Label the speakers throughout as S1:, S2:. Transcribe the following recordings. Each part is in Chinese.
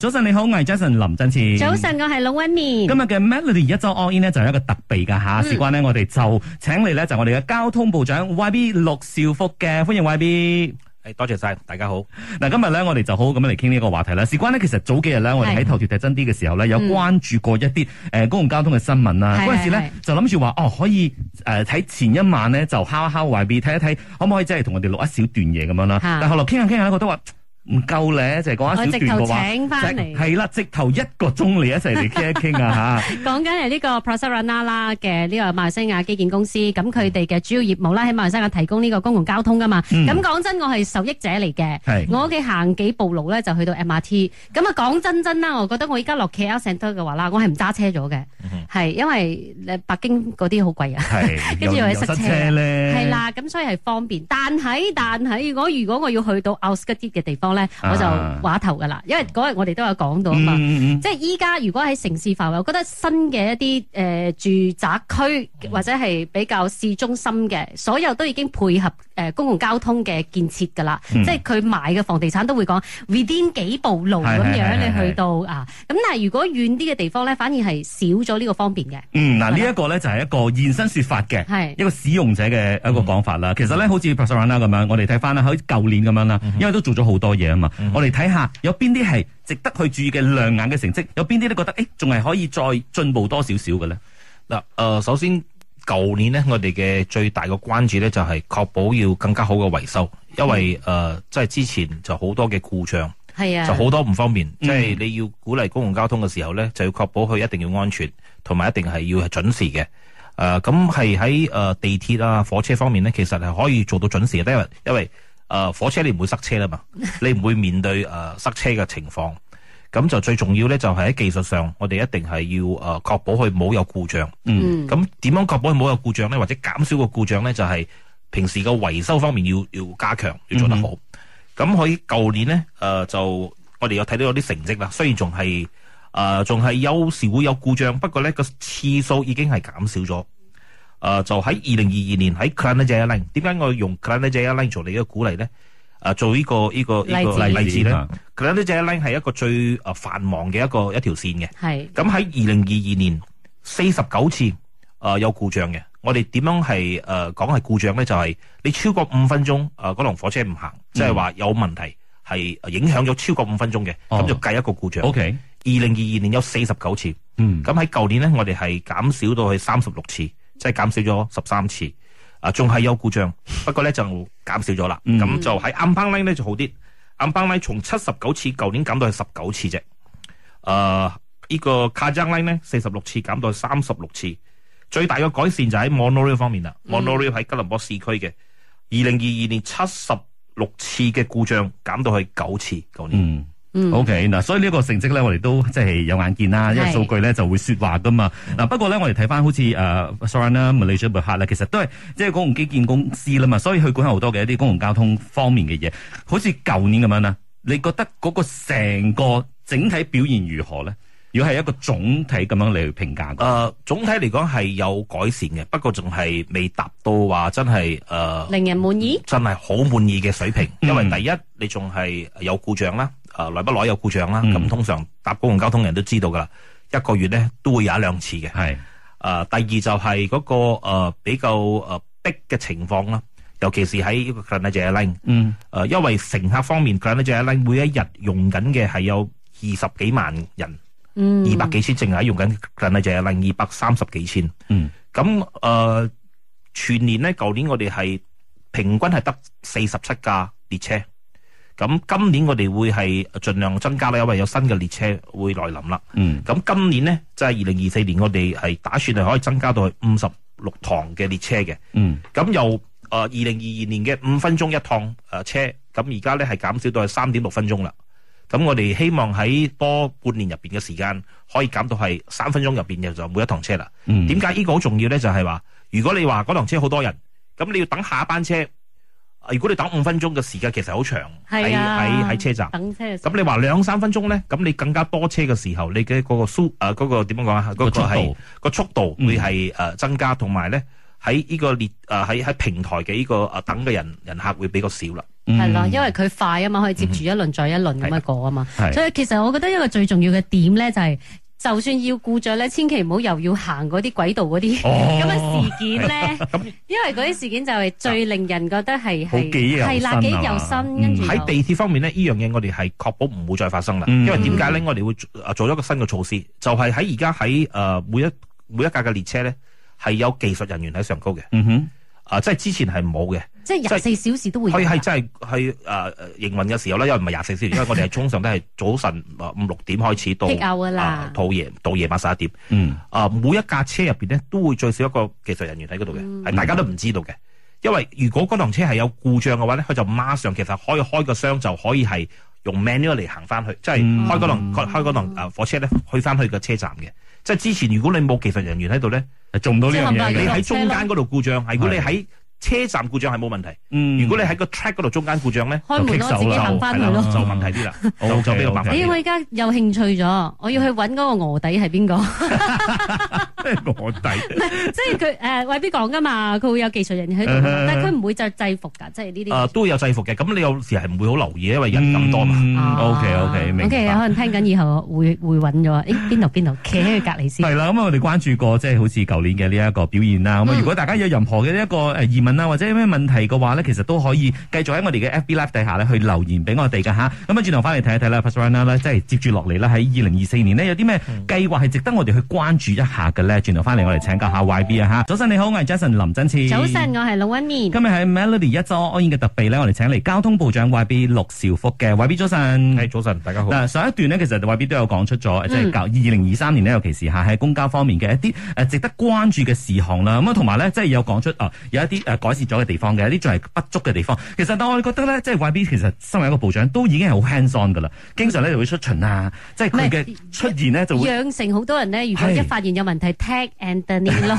S1: 早晨你好，我係 Jason 林振前。
S2: 早。晨，我係老温面
S1: 今。日嘅 Melody 一周 all in 呢，就有一個特備㗎吓，
S2: 嗯
S1: 事關呢，我哋就請嚟咧就我哋嘅交通部長 YB 陸兆福嘅，歡迎 YB。
S3: 誒，哎多謝晒，大家好。
S1: 嗱，今日咧我哋就好好咁樣嚟傾呢一個話題啦。事關呢，其實早幾日咧我哋喺
S2: 係
S1: 頭條睇真啲嘅時候咧，有
S2: 嗯
S1: 關注過一啲誒公共交通嘅新聞啦。
S2: 係
S1: 嗰陣時
S2: 係
S1: 咧
S2: 係
S1: 就諗住話哦，可以誒睇前一晚咧就敲一敲
S2: 嗯
S1: YB 睇一睇，可唔可以真係同我哋錄一小段嘢咁樣啦。
S2: 嚇
S1: 但後來傾下傾下咧，覺得話唔夠咧，就係講
S2: 我
S1: 一小
S2: 直
S1: 段
S2: 頭
S1: 嘅話。
S2: 請翻嚟，
S1: 係啦，直頭一個鐘嚟一齊嚟傾一傾 啊吓。
S2: 講緊係呢個 p r o s e r a n a 啦嘅呢個馬來西亞基建公司，咁佢哋嘅主要業務啦喺馬來西亞提供呢個公共交通噶嘛。
S1: 嗯
S2: 咁講真，我係受益者嚟嘅。
S1: 係
S2: 我屋企行幾步路咧就去到 MRT，咁啊講真真啦，我覺得我依家落 KL Centre 嘅話啦，我係唔揸車咗嘅
S3: 嗯哼，
S2: 係因為誒北京嗰啲好貴啊。
S1: 係，
S2: 跟住又係塞車
S1: 車咧，
S2: 係，啦，咁所以係方便。但係但係，如果如果我要去到 outskirt 啲嘅地方咧，
S1: 啊
S2: 我就畫頭噶啦，因為嗰日我哋都有講到啊
S1: 嗯
S2: 嘛。
S1: 嗯嗯
S2: 即係依家如果喺城市範圍，我覺得新嘅一啲誒、呃住宅區或者係比較市中心嘅，所有都已經配合誒、呃公共交通嘅建設㗎啦。
S1: 嗯
S2: 即係佢買嘅房地產都會講 within 幾步路
S1: 係
S2: 咁
S1: 係係係
S2: 樣你去到啊。咁但係如果遠啲嘅地方咧，反而係少咗呢個方便嘅。
S1: 嗯，嗱呢一個咧就係一個現身說法嘅。
S2: 係嗯
S1: 一個使用者嘅一個講法啦，其實咧好似 p e r s o n a 咁樣，我哋睇翻啦，好似舊年咁樣啦，因為都做咗好多嘢啊嘛，
S2: 嗯
S1: 我哋睇下有邊啲係值得去注意嘅亮眼嘅成績，有邊啲都覺得誒仲係可以再進步多少少嘅咧？
S3: 嗱，誒，首先舊年呢，我哋嘅最大嘅關注呢，就係確保要更加好嘅維修，因為誒、呃即係之前就好多嘅故障，
S2: 係啊，
S3: 就好多唔方便。
S1: 嗯嗯
S3: 即係你要鼓勵公共交通嘅時候呢，就要確保佢一定要安全，同埋一定係要係準時嘅。誒，咁係喺誒地鐵啊、火車方面呢，其實係可以做到準時嘅，因為因為誒、呃火車你唔會塞車啦嘛，你唔會面對誒、呃塞車嘅情況。咁就最重要呢，就係、喺技術上，我哋一定係要誒呃確保佢冇有故障。
S1: 嗯
S2: 嗯
S3: 咁點樣確保佢冇有故障呢？或者減少個故障呢？就係、平時個維修方面要要加強，要做得
S2: 嗯
S3: 好。咁喺舊年呢，誒、就我哋有睇到有啲成績啦。雖然仲係誒仲係有時會有故障，不過呢個次數已經係減少咗。誒、就喺二零二二年喺 c l a n a j a Line，點解我用 c l a n a j a Line 做你嘅鼓勵呢？誒、做呢、個呢、個呢、個
S2: 例子
S3: 例子呢
S1: 啊
S3: c l a n a j a Line 係一個最誒繁忙嘅一個一條線嘅。
S2: 係
S3: 咁喺二零二二年四十九次誒、呃有故障嘅，我哋點樣係誒呃講係故障咧？就係、你超過五分鐘誒呃嗰輛火車唔行，
S1: 嗯
S3: 即係話有問題係呃影響咗超過五分鐘嘅，咁、
S1: 哦
S3: 就計一個故障。二
S1: ，OK，
S3: 零二二年有四十九次，
S1: 嗯，
S3: 咁喺舊年咧，我哋係減少到去三十六次，即係減少咗十三次。啊，仲係有 故障，不過咧就減少咗啦。
S1: 嗯
S3: 咁、就喺 a m p a n Line 咧就好啲 a m p a n Line 從七十九次，舊年減到去十九次啫。誒、啊呢、個 Kajang Line 咧四十六次減到三十六次，最大嘅改善就喺 Monorail 方面啦。
S2: 嗯
S3: Monorail 喺吉隆坡市區嘅二零二二年七十六次嘅故障減到去九次，舊年。
S1: 嗯。
S2: 嗯
S1: O K，嗱，所以呢個成績咧，我哋都即係有眼見啦，因為
S2: 係嗯
S1: 數據咧就會說話噶嘛。嗱，不過咧，我哋睇翻好似呃誒 s o r a n 啦、Malaysia b e h a 啦，其實都係即係公共基建公司啦嘛，所以佢管好多嘅一啲公共交通方面嘅嘢。好似舊年咁樣啦，你覺得嗰個成個整體表現如何咧？如果係一個總體咁樣嚟去評價
S3: 誒、
S2: 哦
S1: 嘅，
S3: 總體呃嚟講係有改善嘅，不過仲係未達到話真係誒、呃
S2: 令人滿意。
S3: 真係好滿意嘅水平。
S1: 嗯
S3: 因為第一，你仲係有故障啦，誒、耐不耐有故障啦。
S1: 嗯
S3: 咁、通常搭公共交通嘅人都知道噶啦，一個月咧都會有一兩次嘅。誒、呃
S1: 係
S3: 第二就係嗰、個、呃、比較誒逼嘅情況啦，尤其是喺呢個 c l a n a j a Line。
S1: 嗯
S3: 誒，因為乘客方面 c l a n a j a Line 每一日用緊嘅係有二十幾萬人，
S2: 嗯，
S3: 二百幾千淨係用緊 c l a n a j a Line 二百三十幾千。
S1: 嗯
S3: 咁誒、呃全年咧，舊年我哋係平均係得四十七架列車。咁今年我哋會係呃盡量增加啦，因為有新嘅列車會來臨啦。
S1: 嗯
S3: 咁今年呢，就係二零二四年，我哋係打算係可以增加到去五十六趟嘅列車嘅。
S1: 嗯
S3: 咁由誒二零二二年嘅五分鐘一趟誒、呃、車，咁而家咧係減少到係三點六分鐘啦。咁我哋希望喺多半年入邊嘅時間，可以減到係三分鐘入邊嘅就每一趟車啦。
S1: 嗯，
S3: 點解呢個好重要咧？就係話，如果你話嗰輛車好多人，咁你要等下一班車。啊如果你等五分鐘嘅時間，其實好長，喺
S2: 係啊
S3: 喺喺車站。
S2: 等車嘅時候
S3: 咁你話兩三分鐘咧，咁你更加多車嘅時候，你嘅嗰個速啊嗰個點樣講啊？嗰個
S1: 個速
S3: 係
S1: 度嗯
S3: 個速度會係誒增呃加，同埋咧喺呢個列誒喺喺平台嘅呢個誒等嘅人人客會比較少啦。
S2: 係啦，因
S1: 為
S2: 為佢快啊嘛，可以接住一輪再一輪咁樣過啊嘛。
S1: 嗯係
S2: 所以其實我覺得一個最重要嘅點咧，就係、就算要故障咧，千祈唔好又要行嗰啲軌道嗰啲
S1: 哦
S2: 咁嘅事 件咧，因為嗰啲事件就係最令人覺得係
S1: 好
S2: 係
S1: 記憶猶
S2: 係啦，記
S1: 新啊
S2: 憶
S1: 嘛
S2: 猶新，跟住
S1: 嗯
S3: 喺
S2: 又
S3: 地鐵方面呢，呢樣嘢我哋係確保唔會再發生啦。
S1: 嗯
S3: 因為點解呢？我哋會做呃做咗一個新嘅措施，就係喺而家喺誒每一每一架嘅列車呢，係有技術人員喺上高嘅。
S1: 嗯哼，
S3: 啊，即係之前係冇嘅，
S2: 即係廿四小時都會啊有
S3: 佢係
S2: 㗎。
S3: 真係去誒誒營運嘅時候咧，因為唔係廿四小時，因為我哋係通常都係早晨呃五六點開始到
S2: Peak hour 啦
S3: 啊到夜到夜晚十一點。
S1: 嗯
S3: 啊，每一架車入邊咧都會最少一個技術人員喺嗰度嘅，
S2: 嗯
S3: 係、大家都唔知道嘅。因為如果嗰趟車係有故障嘅話咧，佢就馬上其實可以開個箱就可以係用 manual 嚟行翻去，即係
S1: 嗯
S3: 開嗰趟開開嗰趟啊火車咧去翻去個車站嘅。即係之前如果你冇技術人員喺度咧，
S1: 做唔到呢樣
S2: 即係冚
S1: 嘢
S2: 唪
S3: 你
S2: 唥
S1: 嘅。
S3: 喺中間嗰度故障，係如果你喺車站故障係冇問題。
S1: 嗯
S3: 如果你喺個 track 嗰度中間故障咧，
S2: 開門咯，自
S1: 就棘手啦
S2: 己行翻去咯。
S3: 就問題啲啦，就就比較麻煩
S1: 嗯
S2: 咦，我
S3: 啲。
S2: 而家有興趣咗，我要去揾嗰個卧底係 邊個？
S1: 我底
S2: 即係佢呃誒為必講噶嘛，佢會有技術人員喺度㗎嘛，
S1: 嗯
S2: 但係佢唔會就制服㗎，即係呢
S3: 誒
S2: 啲。
S3: 啊都會有制服嘅，咁你有時係唔會好留意，因為人咁多
S1: 嗯
S3: 嘛。嗯
S2: 哦
S1: OK OK，明
S2: O K，
S1: 白。
S2: 可能聽緊以後會會揾咗，誒邊度邊度，企 喺佢隔
S1: 系
S2: 離先。
S1: 啦，咁我哋關注過即係好似舊年嘅呢一個表現啦。咁啊
S2: 嗯
S1: 如果大家有任何嘅呢一個誒疑問啊，或者有咩問題嘅話咧，其實都可以繼續喺我哋嘅 FB Live 底下咧去留言俾我哋噶吓。咁啊，轉頭翻嚟睇一睇啦 p a s r a n a 咧，即係接住落嚟啦，喺二零二四年呢，有啲咩
S2: 嗯
S1: 計劃係值得我哋去關注一下嘅咧？轉頭翻嚟我哋請教下 YB 啊吓。早晨你好，我係 Jason 林真次。
S2: 嗯早晨，我係老温面。
S1: 今日喺 Melody 一周安演嘅特備咧，我哋請嚟交通部長 YB 陸兆福嘅 YB 早晨。
S3: 係早晨，大家好。
S1: 嗯嗱，上一段咧，其實 YB 都有講出咗，即係
S2: 嗯
S1: 教二零二三年呢，尤其是下喺公交方面嘅一啲誒值得關注嘅事項啦。咁啊，同埋咧，即係有講出啊，有一啲誒改善咗嘅地方嘅，有啲仲係不足嘅地方。其實但我覺得咧，即係 YB 其實身為一個部長，都已經係好 hands on 噶啦，經常咧就會出巡啊，即係佢嘅
S2: 咩
S1: 出現咧就會。
S2: 養成好多人咧，如果
S1: 係
S2: 一發現有問題，tag Anthony 咯，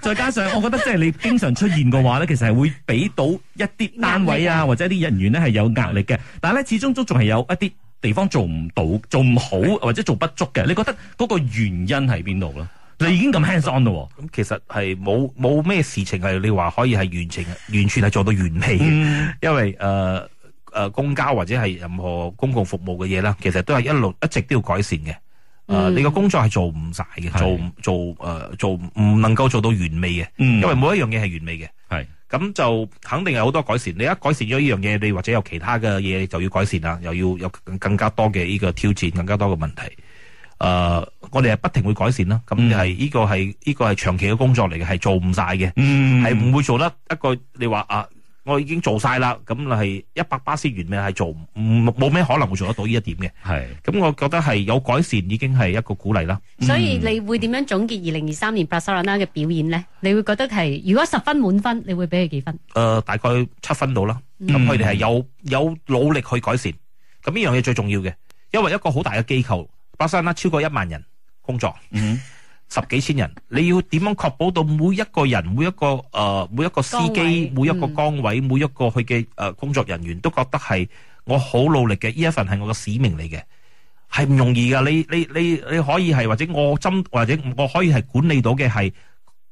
S1: 再加上，我覺得即係你經常出現嘅話咧，其實係會俾到一啲單位
S2: 壓
S3: 嗯
S2: 力
S1: 啊，或者一啲人員咧係有壓力嘅。但係咧，始終都仲係有啊一啲地方做唔到、做唔好或者做不足嘅。你覺得嗰個原因喺邊度咧？你已經咁 hands on 咯
S3: 咁其實係冇冇咩事情係你話可以係完全完全係做到完美
S1: 喎，
S3: 嘅，
S1: 嗯
S3: 因為誒誒、呃呃公交或者係任何公共服務嘅嘢啦，其實都係一路一直都要改善嘅。誒、
S2: 嗯
S3: 你個工作係做唔晒嘅，
S1: 係
S3: 做唔做誒、呃做唔能夠做到完美嘅，
S1: 嗯，
S3: 因為每一樣嘢係完美嘅。
S1: 係
S3: 咁就肯定有好多改善。你一改善咗呢樣嘢，你或者有其他嘅嘢就要改善啦，又要有更更加多嘅呢個挑戰，更加多嘅問題。誒、我哋係不停會改善啦。咁
S1: 嗯
S3: 係呢個係呢個係長期嘅工作嚟嘅，係做唔晒嘅，
S1: 嗯
S3: 係唔、會做得一個你話啊，我已經做晒啦，咁係一百巴仙完美係做唔冇咩可能會做得到呢一點嘅。
S1: 係
S3: 咁我覺得係有改善已經係一個鼓勵啦。
S2: 所以你會點樣總結二零二三年巴塞羅那嘅表演咧？你會覺得係如果十分滿分，你會俾佢幾分？
S3: 誒、呃大概七分到啦。咁
S1: 嗯
S3: 佢哋係有有努力去改善。咁呢樣嘢最重要嘅，因為一個好大嘅機構，巴塞拉超過一萬人工作，
S1: 嗯
S3: 十幾千人，你要點樣確保到每一個人、每一個誒、呃每一個司
S2: 崗位
S3: 機、每一個
S2: 嗯
S3: 崗位、每一個佢嘅誒工作人員都覺得係我好努力嘅，呢一份係我嘅使命嚟嘅。係唔容易噶，你你你你可以係或者我針或者我可以係管理到嘅係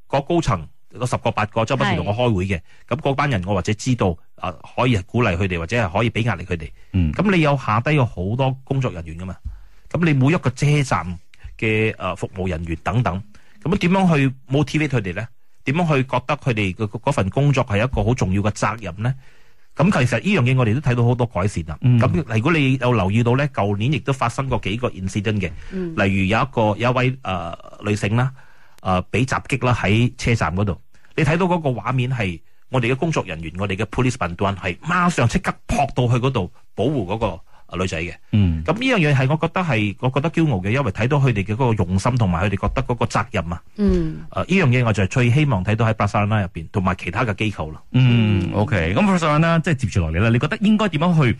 S3: 個高層個十個八個周不時同我開會嘅，咁嗰班人我或者知道啊、可以係鼓勵佢哋或者係可以俾壓力佢哋。
S1: 嗯
S3: 咁你有下低有好多工作人員噶嘛，咁你每一個車站嘅誒服務人員等等，咁點樣去 motivate 佢哋咧？點樣去覺得佢哋嘅嗰份工作係一個好重要嘅責任咧？咁其實呢樣嘢我哋都睇到好多改善啦。
S1: 嗯
S3: 咁、如果你有留意到咧，舊年亦都發生過幾個 incident 嘅，
S2: 嗯
S3: 例如有一個有一位誒、呃女性啦，誒俾襲擊啦喺車站嗰度，你睇到嗰個畫面係我哋嘅工作人員，我哋嘅 police b a n d 係馬上即刻撲到去嗰度保護嗰個呃女仔嘅。
S1: 嗯
S3: 咁呢樣嘢係我覺得係我覺得驕傲嘅，因為睇到佢哋嘅嗰個用心同埋佢哋覺得嗰個責任啊，
S2: 嗯，
S3: 誒呢樣嘢我就係最希望睇到喺巴塞拉入邊同埋其他嘅機構啦。
S1: 嗯，OK。咁 f i r 啦，即係接住落嚟啦，你覺得應該點樣去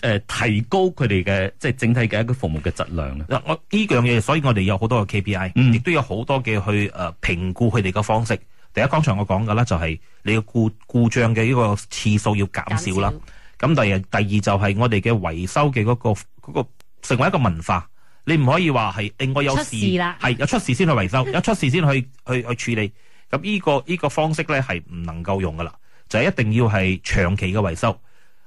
S1: 誒提高佢哋嘅即係整體嘅一個服務嘅質量咧？
S3: 嗱，我呢樣嘢，所以我哋有好多嘅 KPI，亦、
S1: 嗯
S3: 都有好多嘅去誒評估佢哋嘅方式。第一，剛才我講嘅啦，就係你嘅故故障嘅呢個次數要減少啦。咁第二，第二就係我哋嘅維修嘅嗰、個嗰、個成為一個文化，你唔可以話係誒我有
S2: 出事啦
S3: 係有出事 先去維修，有出事先去去去處理。咁呢、個呢、個方式咧係唔能夠用噶啦。就係一定要係長期嘅維修。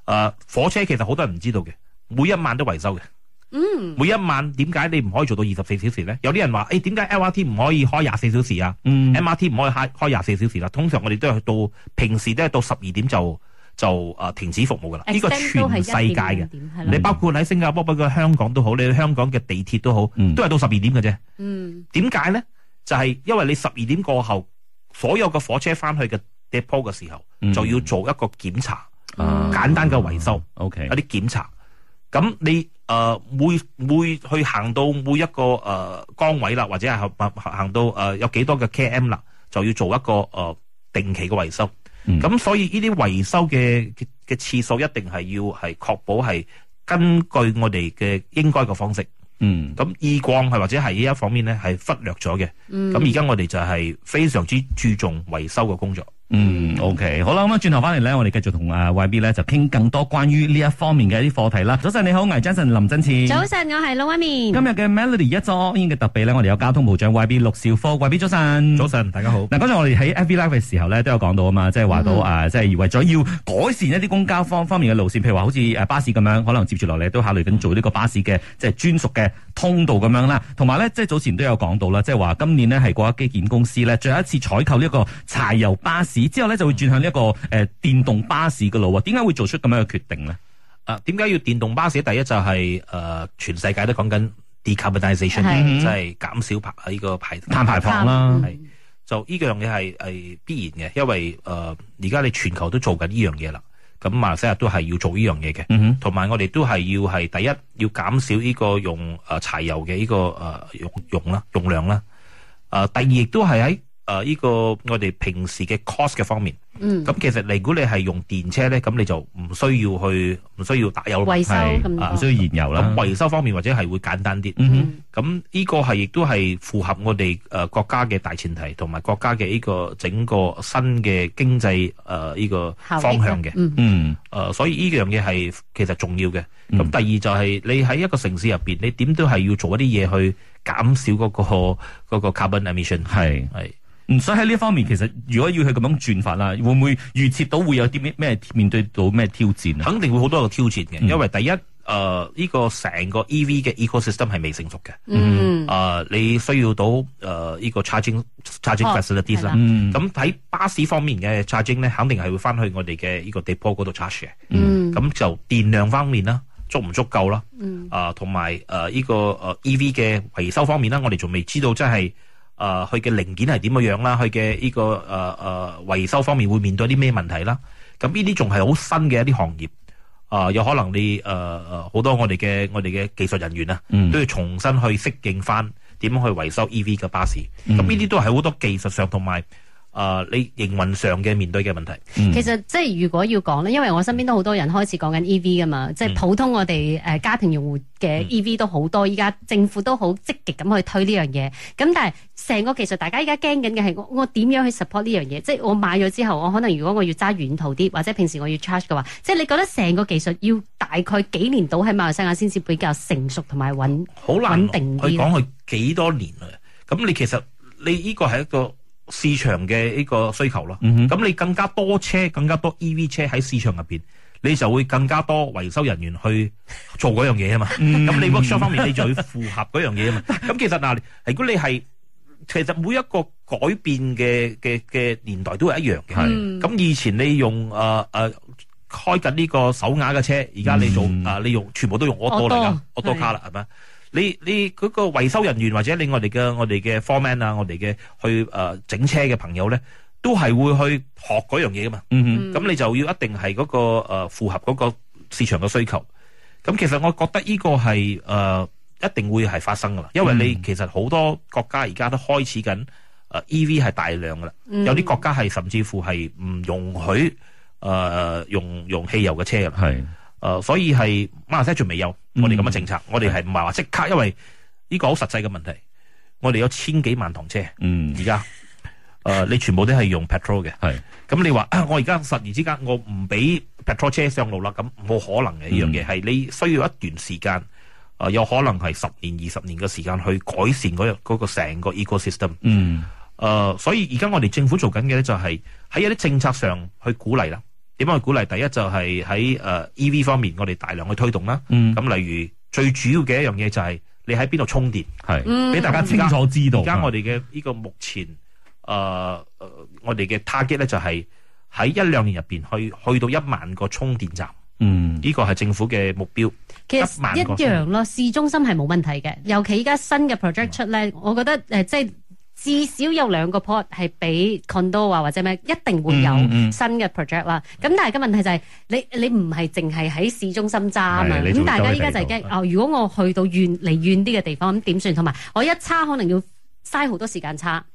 S3: 诶、火車其實好多人唔知道嘅，每一晚都維修嘅。
S2: 嗯，
S3: 每一晚點解你唔可以做到二十四小時咧？有啲人話：，诶、點解 LRT 唔可以開廿四小時啊？
S1: 嗯
S3: MRT 唔可以開開廿四小時啦。通常我哋都係到平時都係到十二點就就啊停止服務噶啦。呢個全
S2: extend 都係
S3: 世
S2: 1.5
S3: 界嘅，
S2: 點係啦
S3: 你包括喺新加坡，包括香港都好，你香港嘅地鐵都好，
S1: 嗯
S3: 都係到十二點嘅啫。
S2: 嗯
S3: 點解咧？就係、因為你十二點過後，所有嘅火車翻去嘅 depot 嘅時候，
S1: 嗯
S3: 就要做一個檢查，
S1: 啊
S3: 簡單嘅維修。
S1: O K，
S3: 有啲檢查。咁你誒、呃、每每去行到每一個誒、呃、崗位啦，或者係行行行到誒、呃有幾多嘅 KM 啦，就要做一個誒、呃定期嘅維修。
S1: 嗯
S3: 咁、所以呢啲維修嘅嘅嘅次數一定係要係確保係根據我哋嘅應該嘅方式。
S1: 嗯
S3: 咁異光係或者係呢一方面咧係忽略咗嘅。
S2: 嗯，
S3: 咁而家我哋就係非常之注重維修嘅工作。
S1: 嗯，O K，好啦，咁啊轉頭翻嚟咧，我哋繼續同啊 Y B 咧就傾更多關於呢一方面嘅一啲課題啦。早晨你好，我係 Jason 林振前。
S2: 早晨，我係老一面。
S1: 今日嘅 Melody 一周煙嘅特備咧，我哋有交通部長 YB 陸兆福，YB 早晨。
S3: 早晨，大家好。
S1: 嗱，剛才我哋喺 FB Live 嘅時候咧，都有講到啊嘛，即係話到
S2: 嗯
S1: 啊，即係為咗要改善一啲公交方方面嘅路線，譬如話好似誒巴士咁樣，可能接住落嚟都考慮緊做呢個巴士嘅即係專屬嘅通道咁樣啦。同埋咧，即係早前都有講到啦，即係話今年呢係國家基建公司咧最後一次採購呢一個柴油巴士之後咧，就會轉向呢一個誒電動巴士嘅路啊。點解會做出咁樣嘅決定呢？
S3: 啊，點解要電動巴士？第一就係、呃全世界都講緊 decarbonisation，
S2: 係
S3: 即係減少排啊呢個排
S1: 嗯碳排放啦
S2: 嗯，
S3: 係就呢樣嘢係係必然嘅，因為誒而家你全球都做緊呢樣嘢啦，咁馬來西亞都係要做呢樣嘢嘅。
S1: 嗯哼，
S3: 同埋我哋都係要係第一要減少呢個用誒柴油嘅呢、個誒用用啦用量啦。誒、第二亦都係喺誒呢個我哋平時嘅 cost 嘅方面。
S2: 嗯
S3: 咁其實如果你係用電車咧，咁你就唔需要去唔需要打油啦
S2: 維修
S1: 係
S2: 咁
S3: 啊
S1: 唔需
S2: 多，
S1: 要燃油啦
S3: 咁。維修方面或者係會簡單啲。
S1: 嗯哼，
S2: 嗯
S3: 咁呢個係亦都係符合我哋誒、呃、國家嘅大前提，同埋國家嘅呢個整個新嘅經濟誒呢個
S2: 效益
S3: 方向嘅。誒、呃
S2: 嗯
S1: 嗯
S3: 所以呢樣嘢係其實重要嘅。咁、
S1: 嗯
S3: 第二就係你喺一個城市入邊，你點都係要做一啲嘢去減少嗰、個嗰、個 carbon emission
S1: 係。
S3: 係。
S1: 嗯，所以喺呢方面，其實如果要佢咁樣轉法啦，會唔會預設到會有啲咩咩面對到咩挑戰啊？
S3: 肯定會好多個挑戰嘅，
S1: 嗯
S3: 因為第一誒呢、個成個 EV 嘅 ecosystem 係未成熟嘅。
S2: 嗯
S3: 誒、你需要到誒呢、個 charging charging
S2: 哦
S3: facilities
S2: 係
S3: 啦
S2: 啦。
S1: 嗯，
S3: 咁喺巴士方面嘅 charging 咧，肯定係會翻去我哋嘅呢個 depot 嗰度 charge 嘅。
S2: 嗯
S3: 咁就電量方面啦，足唔足夠啦？
S2: 嗯
S3: 啊、同埋誒呢個誒 EV 嘅維修方面啦，我哋仲未知道即係誒佢嘅零件係點樣樣啦，佢嘅呢個誒誒維修方面會面對啲咩問題啦？咁呢啲仲係好新嘅一啲行業。啊、有可能你誒誒好多我哋嘅我哋嘅技術人員啊，
S1: 嗯
S3: 都要重新去適應翻點樣去維修 EV 嘅巴士。
S1: 嗯
S3: 咁呢啲都係好多技術上同埋誒你營運上嘅面對嘅問題。
S2: 其實即係如果要講咧，因為我身邊都好多人開始講緊 EV 噶嘛，即
S3: 嗯
S2: 係普通我哋誒家庭用戶嘅
S3: 嗯
S2: EV 都好多，依家政府都好積極咁去推呢樣嘢。咁但係成個技術，大家依家驚緊嘅係我我點樣去 support 呢樣嘢？即係我買咗之後，我可能如果我要揸遠途啲，或者平時我要 charge 嘅話，即係你覺得成個技術要大概幾年到喺馬來西亞先至比較成熟同埋穩？
S3: 好難
S2: 穩定啲
S3: 去講佢幾多年啊。咁你其實你呢個係一個市場嘅呢個需求咯。
S1: 嗯哼，
S3: 咁你更加多車，更加多 EV 車喺市場入邊，你就會更加多維修人員去做嗰樣嘢啊嘛。咁、
S1: 嗯
S3: 你 workshop 方面你就要符合嗰樣 嘢啊嘛。咁其實嗱，如果你係其實每一個改變嘅嘅嘅年代都係一樣嘅。
S1: 係
S2: 嗯
S3: 咁以前你用呃誒誒開緊呢個手雅嘅車，而家你做
S1: 嗯
S3: 啊你用全部都用我多嚟噶，我
S2: 我多
S3: 多卡啦，係咪？你你嗰個維修人員或者你我哋嘅我哋嘅 foreman 啊，我哋嘅去誒整車嘅朋友咧，都係會去學嗰樣嘢噶嘛。
S1: 嗯哼，
S2: 嗯
S3: 咁你就要一定係嗰個誒符合嗰個市場嘅需求。咁其實我覺得呢個係誒一定會係發生噶啦，因為你
S1: 嗯
S3: 其實好多國家而家都開始緊誒 EV 係大量噶啦。
S2: 嗯
S3: 有啲國家係甚至乎係唔容許誒、呃用用汽油嘅車㗎啦。
S1: 係
S3: 誒、所以係馬來西亞仲未有
S1: 嗯
S3: 我哋咁嘅政策，我哋係唔係話即刻，因為呢個好實際嘅問題。我哋有千幾萬堂車
S1: 嗯
S3: 而家誒，你全部都係用 petrol 嘅。
S1: 係
S3: 咁你話啊，我而家突然之間我唔俾 petrol 車上路啦，咁冇可能嘅呢樣嘢，係你需要一段時間。呃誒、有可能係十年、二十年嘅時間去改善嗰樣嗰個成個 ecosystem。
S1: 嗯
S3: 呃所以而家我哋政府做緊嘅咧，就係喺一啲政策上去鼓勵啦。點樣去鼓勵？第一就係喺誒 EV 方面，我哋大量去推動啦。
S1: 嗯，
S3: 咁例如最主要嘅一樣嘢就係你喺邊度充電。
S1: 系
S2: 嗯
S3: 俾大
S1: 大家清楚知道。嗯
S3: 而家我哋嘅呢個目前誒、呃呃我哋嘅 target 咧就係喺一兩年入邊去去到一萬個充電站，
S1: 嗯
S3: 呢個係政府嘅目標。
S2: 其實一樣咯，市中心係冇問題嘅。尤其依家新嘅
S1: 嗯
S2: project 出咧，我覺得誒、呃即係至少有兩個 port 係俾 condo 啊或者咩，一定會有
S1: 嗯嗯嗯
S2: 新嘅 project 啦。咁、但係嘅問題就係、你你唔係淨係喺市中心揸啊嘛。
S1: 係你仲
S2: 咁大
S1: 周
S2: 家
S1: 圍
S2: 依家就係
S1: 地
S2: 驚哦，如果我去到遠離遠啲嘅地方，咁點算？同埋我一差可能要嘥好多時間差。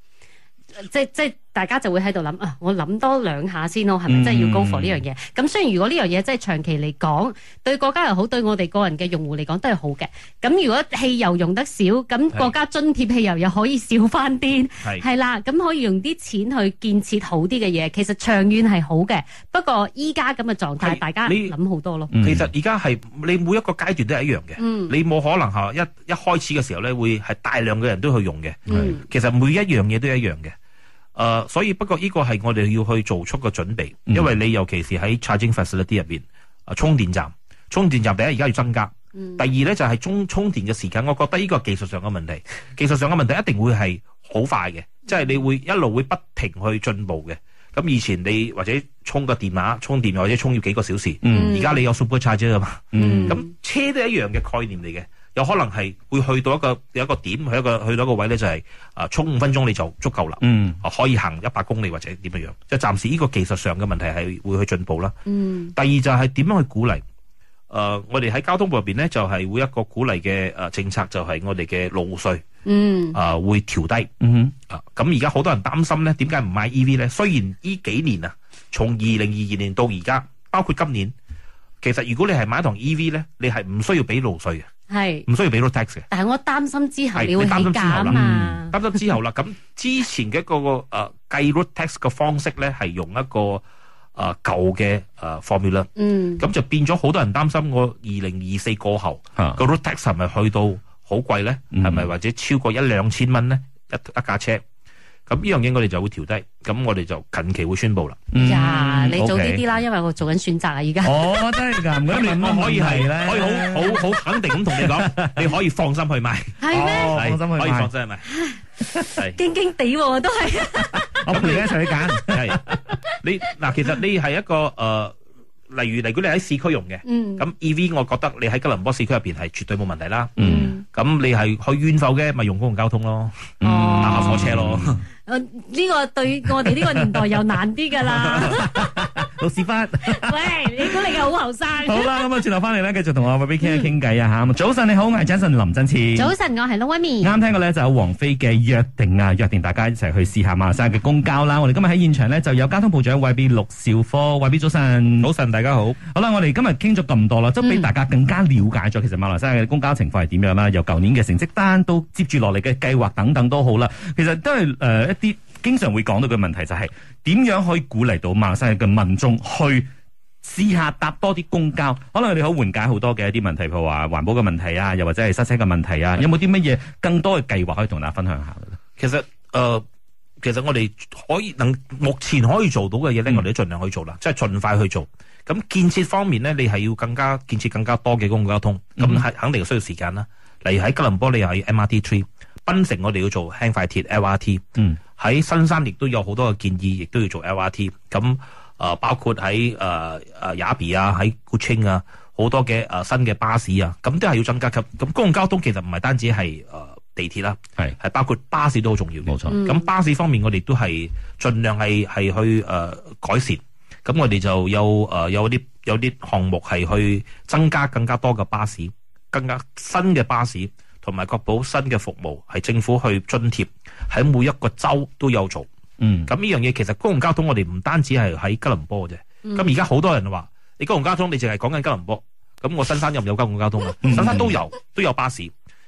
S2: 即即大家就會喺度諗啊，我諗多兩下先咯，係
S3: 嗯
S2: 咪真係要 go for 呢樣嘢？咁雖然如果呢樣嘢真係長期嚟講，對國家又好，對我哋個人嘅用戶嚟講都係好嘅。咁如果汽油用得少，咁國家津貼汽油又可以少翻啲，
S3: 係
S2: 係啦，咁可以用啲錢去建設好啲嘅嘢，其實長遠係好嘅。不過依家咁嘅狀態，
S3: 係
S2: 大家
S3: 你
S2: 諗好多咯。
S1: 嗯
S3: 其實而家係你每一個階段都係一樣嘅，
S2: 嗯
S3: 你冇可能嚇一一開始嘅時候咧會係大量嘅人都去用嘅。
S2: 嗯
S3: 其實每一樣嘢都一樣嘅。誒、所以不過呢個係我哋要去做出個準備，
S1: 嗯
S3: 因為你尤其是喺 charging facility 入邊，啊充電站，充電站第一而家要增加，
S2: 嗯
S3: 第二咧就係充充電嘅時間，我覺得呢個係技術上嘅 問題，技術上嘅問題一定會係好快嘅，即係你會一路會不停去進步嘅。咁以前你或者充個電話充電或者充要幾個小時，
S1: 嗯
S3: 而家你有 super charger 啊嘛。
S1: 嗯
S3: 咁車都係一樣嘅概念嚟嘅，有可能係會去到一個有一個點，去一個去到一個位咧，就係啊充五分鐘你就足夠啦，
S1: 嗯
S3: 啊可以行一百公里或者點樣樣，即係暫時呢個技術上嘅問題係會去進步啦。
S2: 嗯
S3: 第二就係點樣去鼓勵？誒、我哋喺交通部入邊咧，就係會一個鼓勵嘅誒政策，就係我哋嘅路稅
S2: 嗯
S3: 啊、會調低
S1: 嗯
S3: 啊。咁而家好多人擔心咧，點解唔買 EV 咧？雖然呢幾年啊，從二零二二年到而家，包括今年，其實如果你係買一堂 EV 咧，你係唔需要俾路稅嘅。
S2: 係，
S3: 唔需要俾到 tax 嘅。
S2: 但係我擔心之後
S3: 係
S2: 你會
S3: 你擔
S2: 起
S3: 心之後
S2: 價啊
S3: 啦
S2: 嘛。
S3: 得咗之後啦，咁之前嘅嗰、個誒計 road tax 嘅方式咧，係用一個誒、呃、舊嘅誒 formula，
S2: 嗯
S3: 咁就變咗好多人擔心我二零二四過後
S1: 吓
S3: 個 road tax 係咪去到好貴咧？
S1: 嗯
S3: 係咪、或者超過一兩千蚊咧一一架車？咁呢樣嘢我哋就會調低，咁我哋就近期會宣布啦。
S2: 呀，你早啲 啲。
S1: 嗯 OK
S2: 啦，因為我做緊選擇啊，而家。
S1: 哦，真係噶，唔該你問
S3: 我可以
S1: 問題
S3: 係
S1: 呢
S3: 可以好好好肯定咁同你 講，你可以放心去買，
S2: 係咩？
S1: 哦
S3: 係
S1: 放心
S3: 可
S1: 去
S3: 以
S1: 買
S3: 放。心去買， 係。
S2: 驚驚地喎，都係。
S1: 我陪你一齊去揀。
S3: 系你嗱，其實你係一個诶、呃例如如果你喺市區用嘅，
S2: 嗯
S3: 咁 EV 我覺得你喺吉隆坡市區入边係絕對冇問題啦。
S1: 嗯，
S3: 咁你係去遠埠嘅，咪用公共交通咯，
S1: 嗯
S2: 哦
S3: 搭下火車咯。
S2: 呃呢個對我哋呢個年代又難啲 㗎啦。
S1: 老屎忽。
S2: 喂，你估你嘅好後生。
S1: 好啦，咁啊，轉頭翻嚟咧，繼續同阿偉 B 傾一傾偈啊吓。早晨你好，我係 Jason 林振前。
S2: 早晨，我係 l o w m
S1: 啱聽過咧就有王菲嘅約定啊，約定大家一齊去試下馬來西亞嘅公交啦。我哋今日喺現場咧就有交通部長衛 B 陸兆科，衛 B 早晨。
S3: 早晨，大家好。
S1: 好啦，我哋今日傾咗咁多啦，都俾大家更加了解咗其實馬來西亞嘅公交情況係點樣啦，由舊年嘅成績單到接住落嚟嘅計劃等等都好啦，其實都係誒、呃一啲經常會講到嘅問題就係、點樣可以鼓勵到馬來西亞嘅民眾去。試下搭多啲公交，可能你可以緩解好多嘅一啲問題，譬如話環保嘅問題啊，又或者係塞車嘅問題啊，有冇啲乜嘢更多嘅計劃可以同大家分享下嘅咧？
S3: 其實诶、呃其實我哋可以能目前可以做到嘅嘢咧，
S1: 嗯
S3: 我哋都盡量去做啦，即係盡快去做。咁建設方面咧，你係要更加建設更加多嘅公共交通，咁
S1: 嗯
S3: 係、肯定需要時間啦。例如喺吉隆坡，你又喺 MRT Three，檳城我哋要做輕快鐵 LRT。
S1: 嗯
S3: 喺新山亦都有好多嘅建議，亦都要做 LRT。咁誒包括喺誒誒雅比啊，喺古清啊，好多嘅誒、呃新嘅巴士啊，咁都係要增加級。咁公共交通其實唔係單止係誒、呃地鐵啦，
S1: 係
S3: 係包括巴士都好重要嘅。
S1: 冇錯
S2: 嗯
S3: 咁巴士方面，我哋都係盡量係係去誒、呃改善。咁我哋就有誒、呃有啲有啲項目係去增加更加多嘅巴士，更加新嘅巴士，同埋確保新嘅服務係政府去津貼，喺每一個州都有做。
S1: 嗯
S3: 咁呢樣嘢其實公共交通我哋唔單止係喺吉隆坡嘅啫。
S1: 嗯
S3: 咁而家好多人話，你公共交通你淨係講緊吉隆坡，咁我新山有唔有公共交通啊？
S1: 嗯
S3: 新山都有，都有巴士。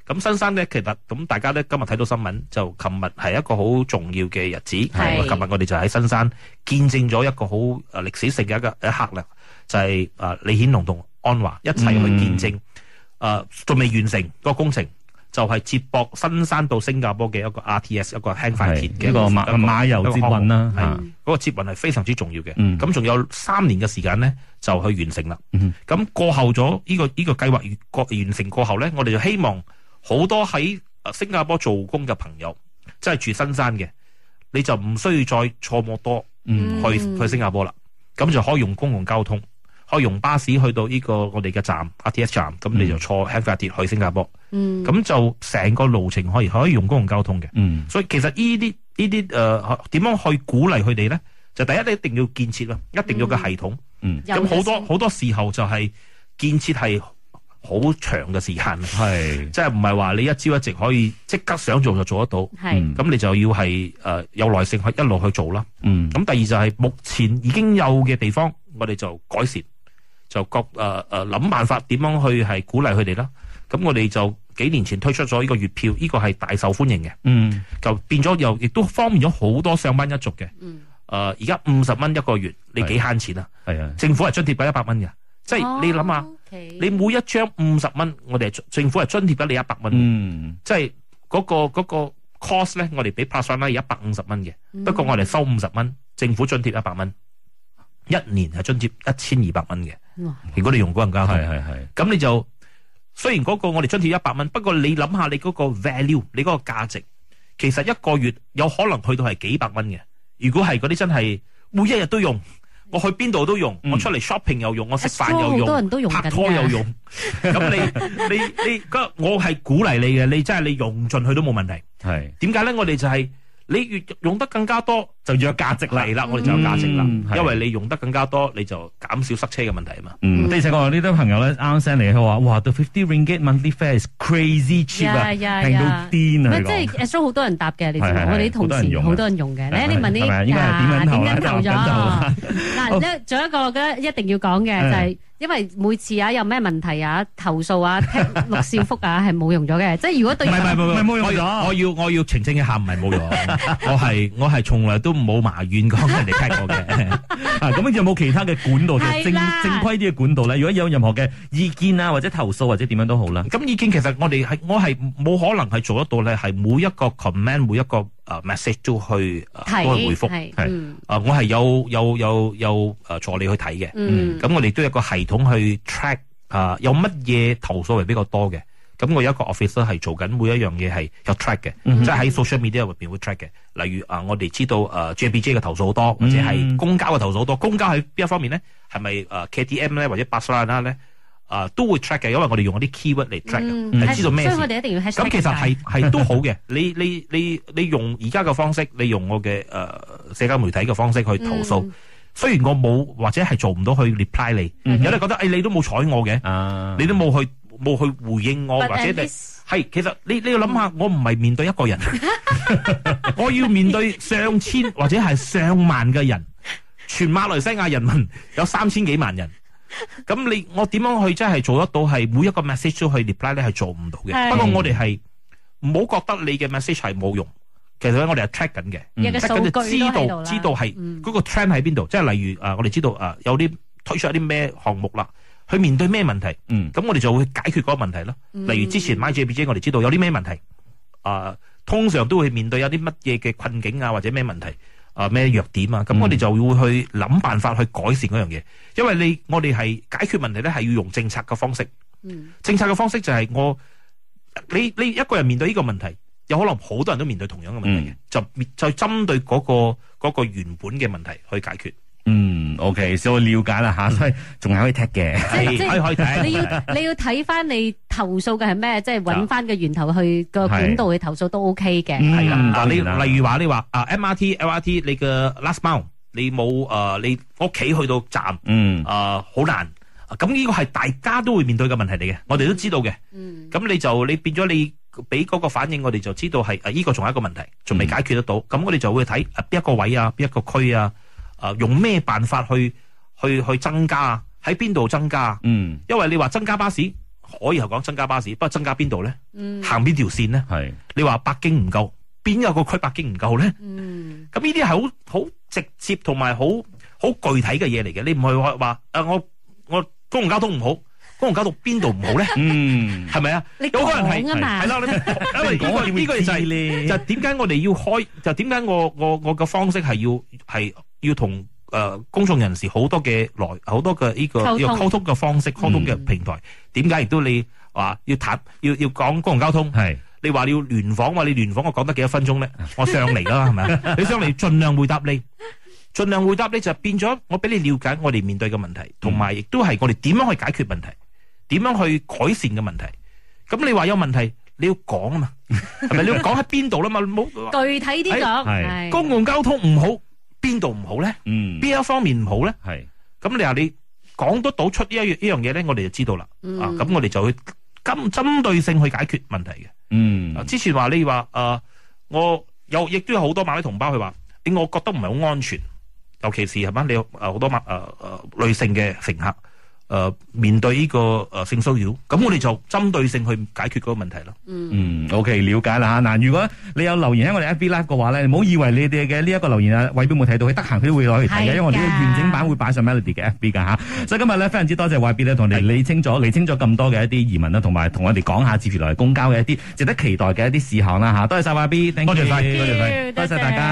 S3: 咁新山咧，其實咁大家咧今日睇到新聞，就琴日係一個好重要嘅日子。琴
S2: 係
S3: 日我哋就喺新山見證咗一個好誒歷史性嘅一個一刻啦，就係呃
S1: 嗯
S3: 誒李顯龍同安華一齊去見證誒，仲未完成個工程，就係接駁新山到新加坡嘅一個 RTS 一個輕快鐵嘅
S1: 呢個馬
S3: 一個
S1: 馬油捷運啦
S3: 係
S1: 嚇
S3: 嗰個接運係非常之重要嘅。
S1: 嗯
S3: 咁仲、有三年嘅時間咧，就去完成啦。
S1: 嗯
S3: 咁、過後咗呢、個呢、個計劃完過完成過後咧，我哋就希望好多喺呃新加坡做工嘅朋友，即係住新山嘅，你就唔需要再坐摩多
S1: 嗯
S3: 去、
S2: 嗯
S3: 去新加坡啦。咁就可以用公共交通，可以用巴士去到呢個我哋嘅站 RTS 站，咁
S1: 嗯
S3: 你就坐輕快鐵去新加坡。
S2: 嗯，
S3: 咁就成個路程可以可以用公共交通嘅。
S1: 嗯
S3: 所以其實呢啲呢啲誒點樣去鼓勵佢哋咧？就第一，你一定要建設啦，一定要個系統。
S1: 嗯，
S3: 咁好多好多時候就係建設係好長嘅時間，
S1: 嗯係
S3: 即係唔係話你一朝一夕可以即刻想做就做得到。
S2: 係
S1: 嗯
S3: 咁你就要係誒、呃有耐性去一路去做啦。
S1: 嗯
S3: 咁第二就係目前已經有嘅地方，我哋就改善，就各誒誒諗辦法點樣去係鼓勵佢哋啦。咁我哋就幾年前推出咗呢個月票，呢、個係大受歡迎嘅。
S1: 嗯
S3: 就變咗又亦都方便咗好多上班一族嘅。誒、
S2: 嗯
S3: 而家五十蚊一個月，你幾慳錢啊？
S1: 係啊，
S3: 政府係津貼緊一百蚊嘅，即係你諗下，
S2: 哦，OK，
S3: 你每一張五十蚊，我哋係政府係津貼緊你一百蚊，
S1: 嗯
S3: 即係嗰、個嗰、個 cost 咧，我哋俾 plus one 咧一百五十蚊嘅，
S2: 嗯
S3: 不過我哋收五十蚊，政府津貼一百蚊，一年係津貼一千二百蚊嘅。
S2: 哇
S3: 如果你用嗰人交通
S1: 係。係係，
S3: 咁你就雖然嗰個我哋津貼一百蚊，不過你諗下你嗰個 value，你嗰個價值，其實一個月有可能去到係幾百蚊嘅。如果係嗰啲真係每一日都用，我去邊度都用，
S1: 嗯
S3: 我出嚟 shopping 又用，我食飯
S2: Astro
S3: 又
S2: 好多人
S3: 用，
S2: 都用緊㗎
S3: 拍拖又用。咁你你你，嗰我係鼓勵你嘅，你真係你用盡佢都冇問題。
S1: 係
S3: 點解咧？我哋就係、你越用得更加多，就越有價值啦。係啦，我哋就有價值啦
S1: 嗯，係
S3: 因為你用得更加多，你就減少塞車嘅問題啊嘛。
S1: 嗯，的而且確呢啲朋友咧啱 send 嚟，佢話哇，the fifty ringgit monthly fare is crazy cheap 啊，
S2: 呀呀
S1: 平到
S2: 呀
S1: 癲
S2: 唔
S1: 啊！
S2: 係
S1: 佢
S2: 即係
S1: 講
S2: Astro 好多人答嘅，你知唔知
S1: 係係係
S2: 我哋啲同事好
S1: 好
S2: 多
S1: 多
S2: 人用嘅。
S1: 係
S2: 你你問
S1: 係咪
S2: 啲
S1: 應該係點緊頭啦
S2: 啊點緊頭
S1: 點緊頭啦
S2: 咗？ 嗱，仲有一個我覺得一定要講嘅
S1: 嗯
S2: 就係。因為每次啊有咩問題啊投訴啊 陸少福啊係冇用咗嘅，即係如果對
S3: 唔係唔係唔係
S1: 唔係冇用
S3: 我要
S1: 咗
S3: 我要我要澄清一下，唔 係冇用，我係我係從來都冇埋怨過 人哋踢我嘅。
S1: 啊，咁有冇其他嘅管道嘅
S2: 係
S1: 正
S2: 啦
S1: 正規啲嘅管道咧？如果有任何嘅意見啊，或者投訴或者點樣都好啦。
S3: 咁已經其實我哋係我係冇可能係做得到咧，係每一個 command 每一個誒 message 都去呃
S2: 提
S3: 都去回覆。
S2: 係
S1: 係
S2: 嗯
S3: 啊，我係有有有有誒助理去睇嘅。
S2: 嗯
S3: 咁我哋都有個系統去 track 啊，有乜嘢投訴係比較多嘅。咁我有一個 office 咧係做緊每一樣嘢係有 track 嘅，
S1: 嗯
S3: 即係喺 social media 入邊會 track 嘅。例如啊，我哋知道誒 JPJ 嘅投訴好多，或者
S1: 嗯
S3: 係公交嘅投訴好多。公交喺邊一方面咧？係咪呃誒 KTM 咧，或者巴士拉咧？啊，都會 track 嘅，因為我哋用嗰啲 keyword 嚟 track 嘅。
S2: 嗯
S3: 係知道咩事
S2: 所以我哋一定要 hashtag
S3: 咁其實係係都好嘅。你你你你用而家嘅方式，你用我嘅誒社交媒體嘅方式去投訴。
S2: 嗯
S3: 雖然我冇或者係做唔到去 reply 你，
S1: 嗯
S3: 有啲覺得誒、哎你都冇睬我嘅，
S1: 啊，
S3: 你都冇去冇去回應我，
S2: But
S3: 或者
S2: at
S3: 你
S2: least-
S3: 係其實你你要諗下，我唔係面對一 個人， 我要面對上千或者係上萬嘅人，全馬來西亞人民有三千幾萬人。咁你我點樣去真係做得到？係每一個 message 都去 reply 咧，係做唔到
S2: 係
S3: 嘅。不過我哋係唔好覺得你嘅 message 係冇用，其實咧我哋係 track 緊嘅。
S2: 有
S1: 嗯
S2: 嘅
S3: 即
S2: 數
S3: 係
S2: 據
S3: 跟
S2: 都
S3: 住知
S2: 喺度
S3: 道
S2: 啦
S3: 知道係
S2: 嗯
S3: 嗰個 trend 喺邊度，即係例如啊，我哋知道啊有啲推出一啲咩項目啦，佢面對咩問題，
S1: 嗯
S3: 咁我哋就會解決嗰個問題咯。
S2: 嗯
S3: 例如之前 MyJPJ，我哋知道有啲咩問題，啊通常都會面對有啲乜嘢嘅困境啊，或者咩問題啊咩弱點啊，咁我哋就會去諗辦法去改善嗰樣嘢，因為你我哋係解決問題咧係要用政策嘅方式。
S2: 嗯
S3: 政策嘅方式就係我你你一個人面對呢個問題，有可能好多人都面對同樣嘅問題嘅，
S1: 嗯
S3: 就就針對嗰、個嗰、個原本嘅問題去解決。
S1: 嗯，OK，所以我了解啦吓， 所以仲係可以踢嘅。
S2: 即
S3: 係
S2: 即
S3: 可以可以
S2: 你
S3: 睇。
S2: 要你要睇翻你投訴嘅係咩，即係揾翻個源頭去個管道去投訴都 OK 嘅。
S3: 係啦，
S1: 嗯
S3: 嗱
S1: 當然
S3: 你
S1: 啦
S3: 例如話你話啊 MRT、LRT 你嘅 last mile 你冇誒、呃你屋企去到站
S1: 嗯
S3: 啊好、難，咁呢個係大家都會面對嘅問題嚟嘅，我哋都知道嘅。
S2: 嗯
S3: 咁你就你變咗你俾嗰個反應，我哋就知道係啊依個仲係一個問題，仲未解決得到。咁、我哋就會睇啊邊一個位啊，邊一個區啊，啊用咩辦法去去去增加啊？喺邊度增加啊？
S1: 嗯，
S3: 因為你話增加巴士可以係講增加巴士，不過增加邊度咧？
S2: 嗯
S3: 行邊條線咧？
S1: 係
S3: 你話北京唔夠，邊有個區北京唔夠咧？
S2: 嗯
S3: 咁呢啲係好好直接啊同埋好好具體嘅嘢嚟嘅，你唔係話話誒我我公共交通唔好，公共交通邊度唔好 咧？
S1: 嗯，
S3: 係咪啊？
S2: 你
S3: 有個人
S2: 講
S3: 係
S2: 啊嘛
S3: 係，啦，你 因為
S1: 講我
S3: 呢
S1: 點
S3: 個呢個
S1: 會
S3: 就係
S1: 知咧？
S3: 就點解我哋要開？就點解我我我嘅方式係要係要同誒、呃公眾人士好多嘅來好多嘅呢、個
S2: 溝通
S3: 要溝通嘅方式、溝通嘅平台。點解亦都你話要談要要講公共交通？
S1: 係
S3: 你話你要聯訪話你聯訪，我講得幾多分 鐘咧？我上嚟啦，係咪啊？你上嚟盡量回答你，盡量回答你就變咗我俾你了解我哋面對嘅問題，同埋亦都係我哋點樣去解決問題，點樣去改善嘅問題。咁你話有問題，你要講 啊嘛，係咪？你要講喺邊度啦嘛，冇
S2: 具體啲講，
S1: 係
S2: 係
S3: 公共交通唔好，邊度唔好咧？
S1: 嗯，
S3: 邊一方面唔好咧？
S1: 係
S3: 咁你話你講得到出呢一樣呢樣嘢咧，我哋就知道啦。
S2: 嗯
S3: 啊，咁我哋就去針針對性去解決問題嘅。
S1: 嗯
S3: 啊，之前話你話誒、呃我有亦都有好多馬拉同胞佢話，誒、我覺得唔係好安全，尤其是係嘛，你有呃好多馬誒誒女性嘅乘客誒、呃面對呢、個誒、呃性騷擾，咁我哋就針對性去解決嗰個問題咯。
S2: 嗯，
S1: 嗯，OK，了解啦吓。嗱，如果你有留言喺我哋 FB Live 嘅話咧，唔好以為你哋嘅呢一個留言啊，偉標冇睇到，佢得閒佢都會攞嚟睇嘅，
S2: 係㗎
S1: 因為我哋嘅完整版會擺上 Melody 嘅 FB 噶吓。所以今日咧非常之多謝偉標咧，同我哋理清咗理清咗咁多嘅一啲疑問啦，啊同埋同我哋講下接住落嚟公交嘅一啲值得期待嘅一啲事項啦吓。多謝晒偉 B，
S3: 多謝晒
S1: 多謝晒，多謝大家。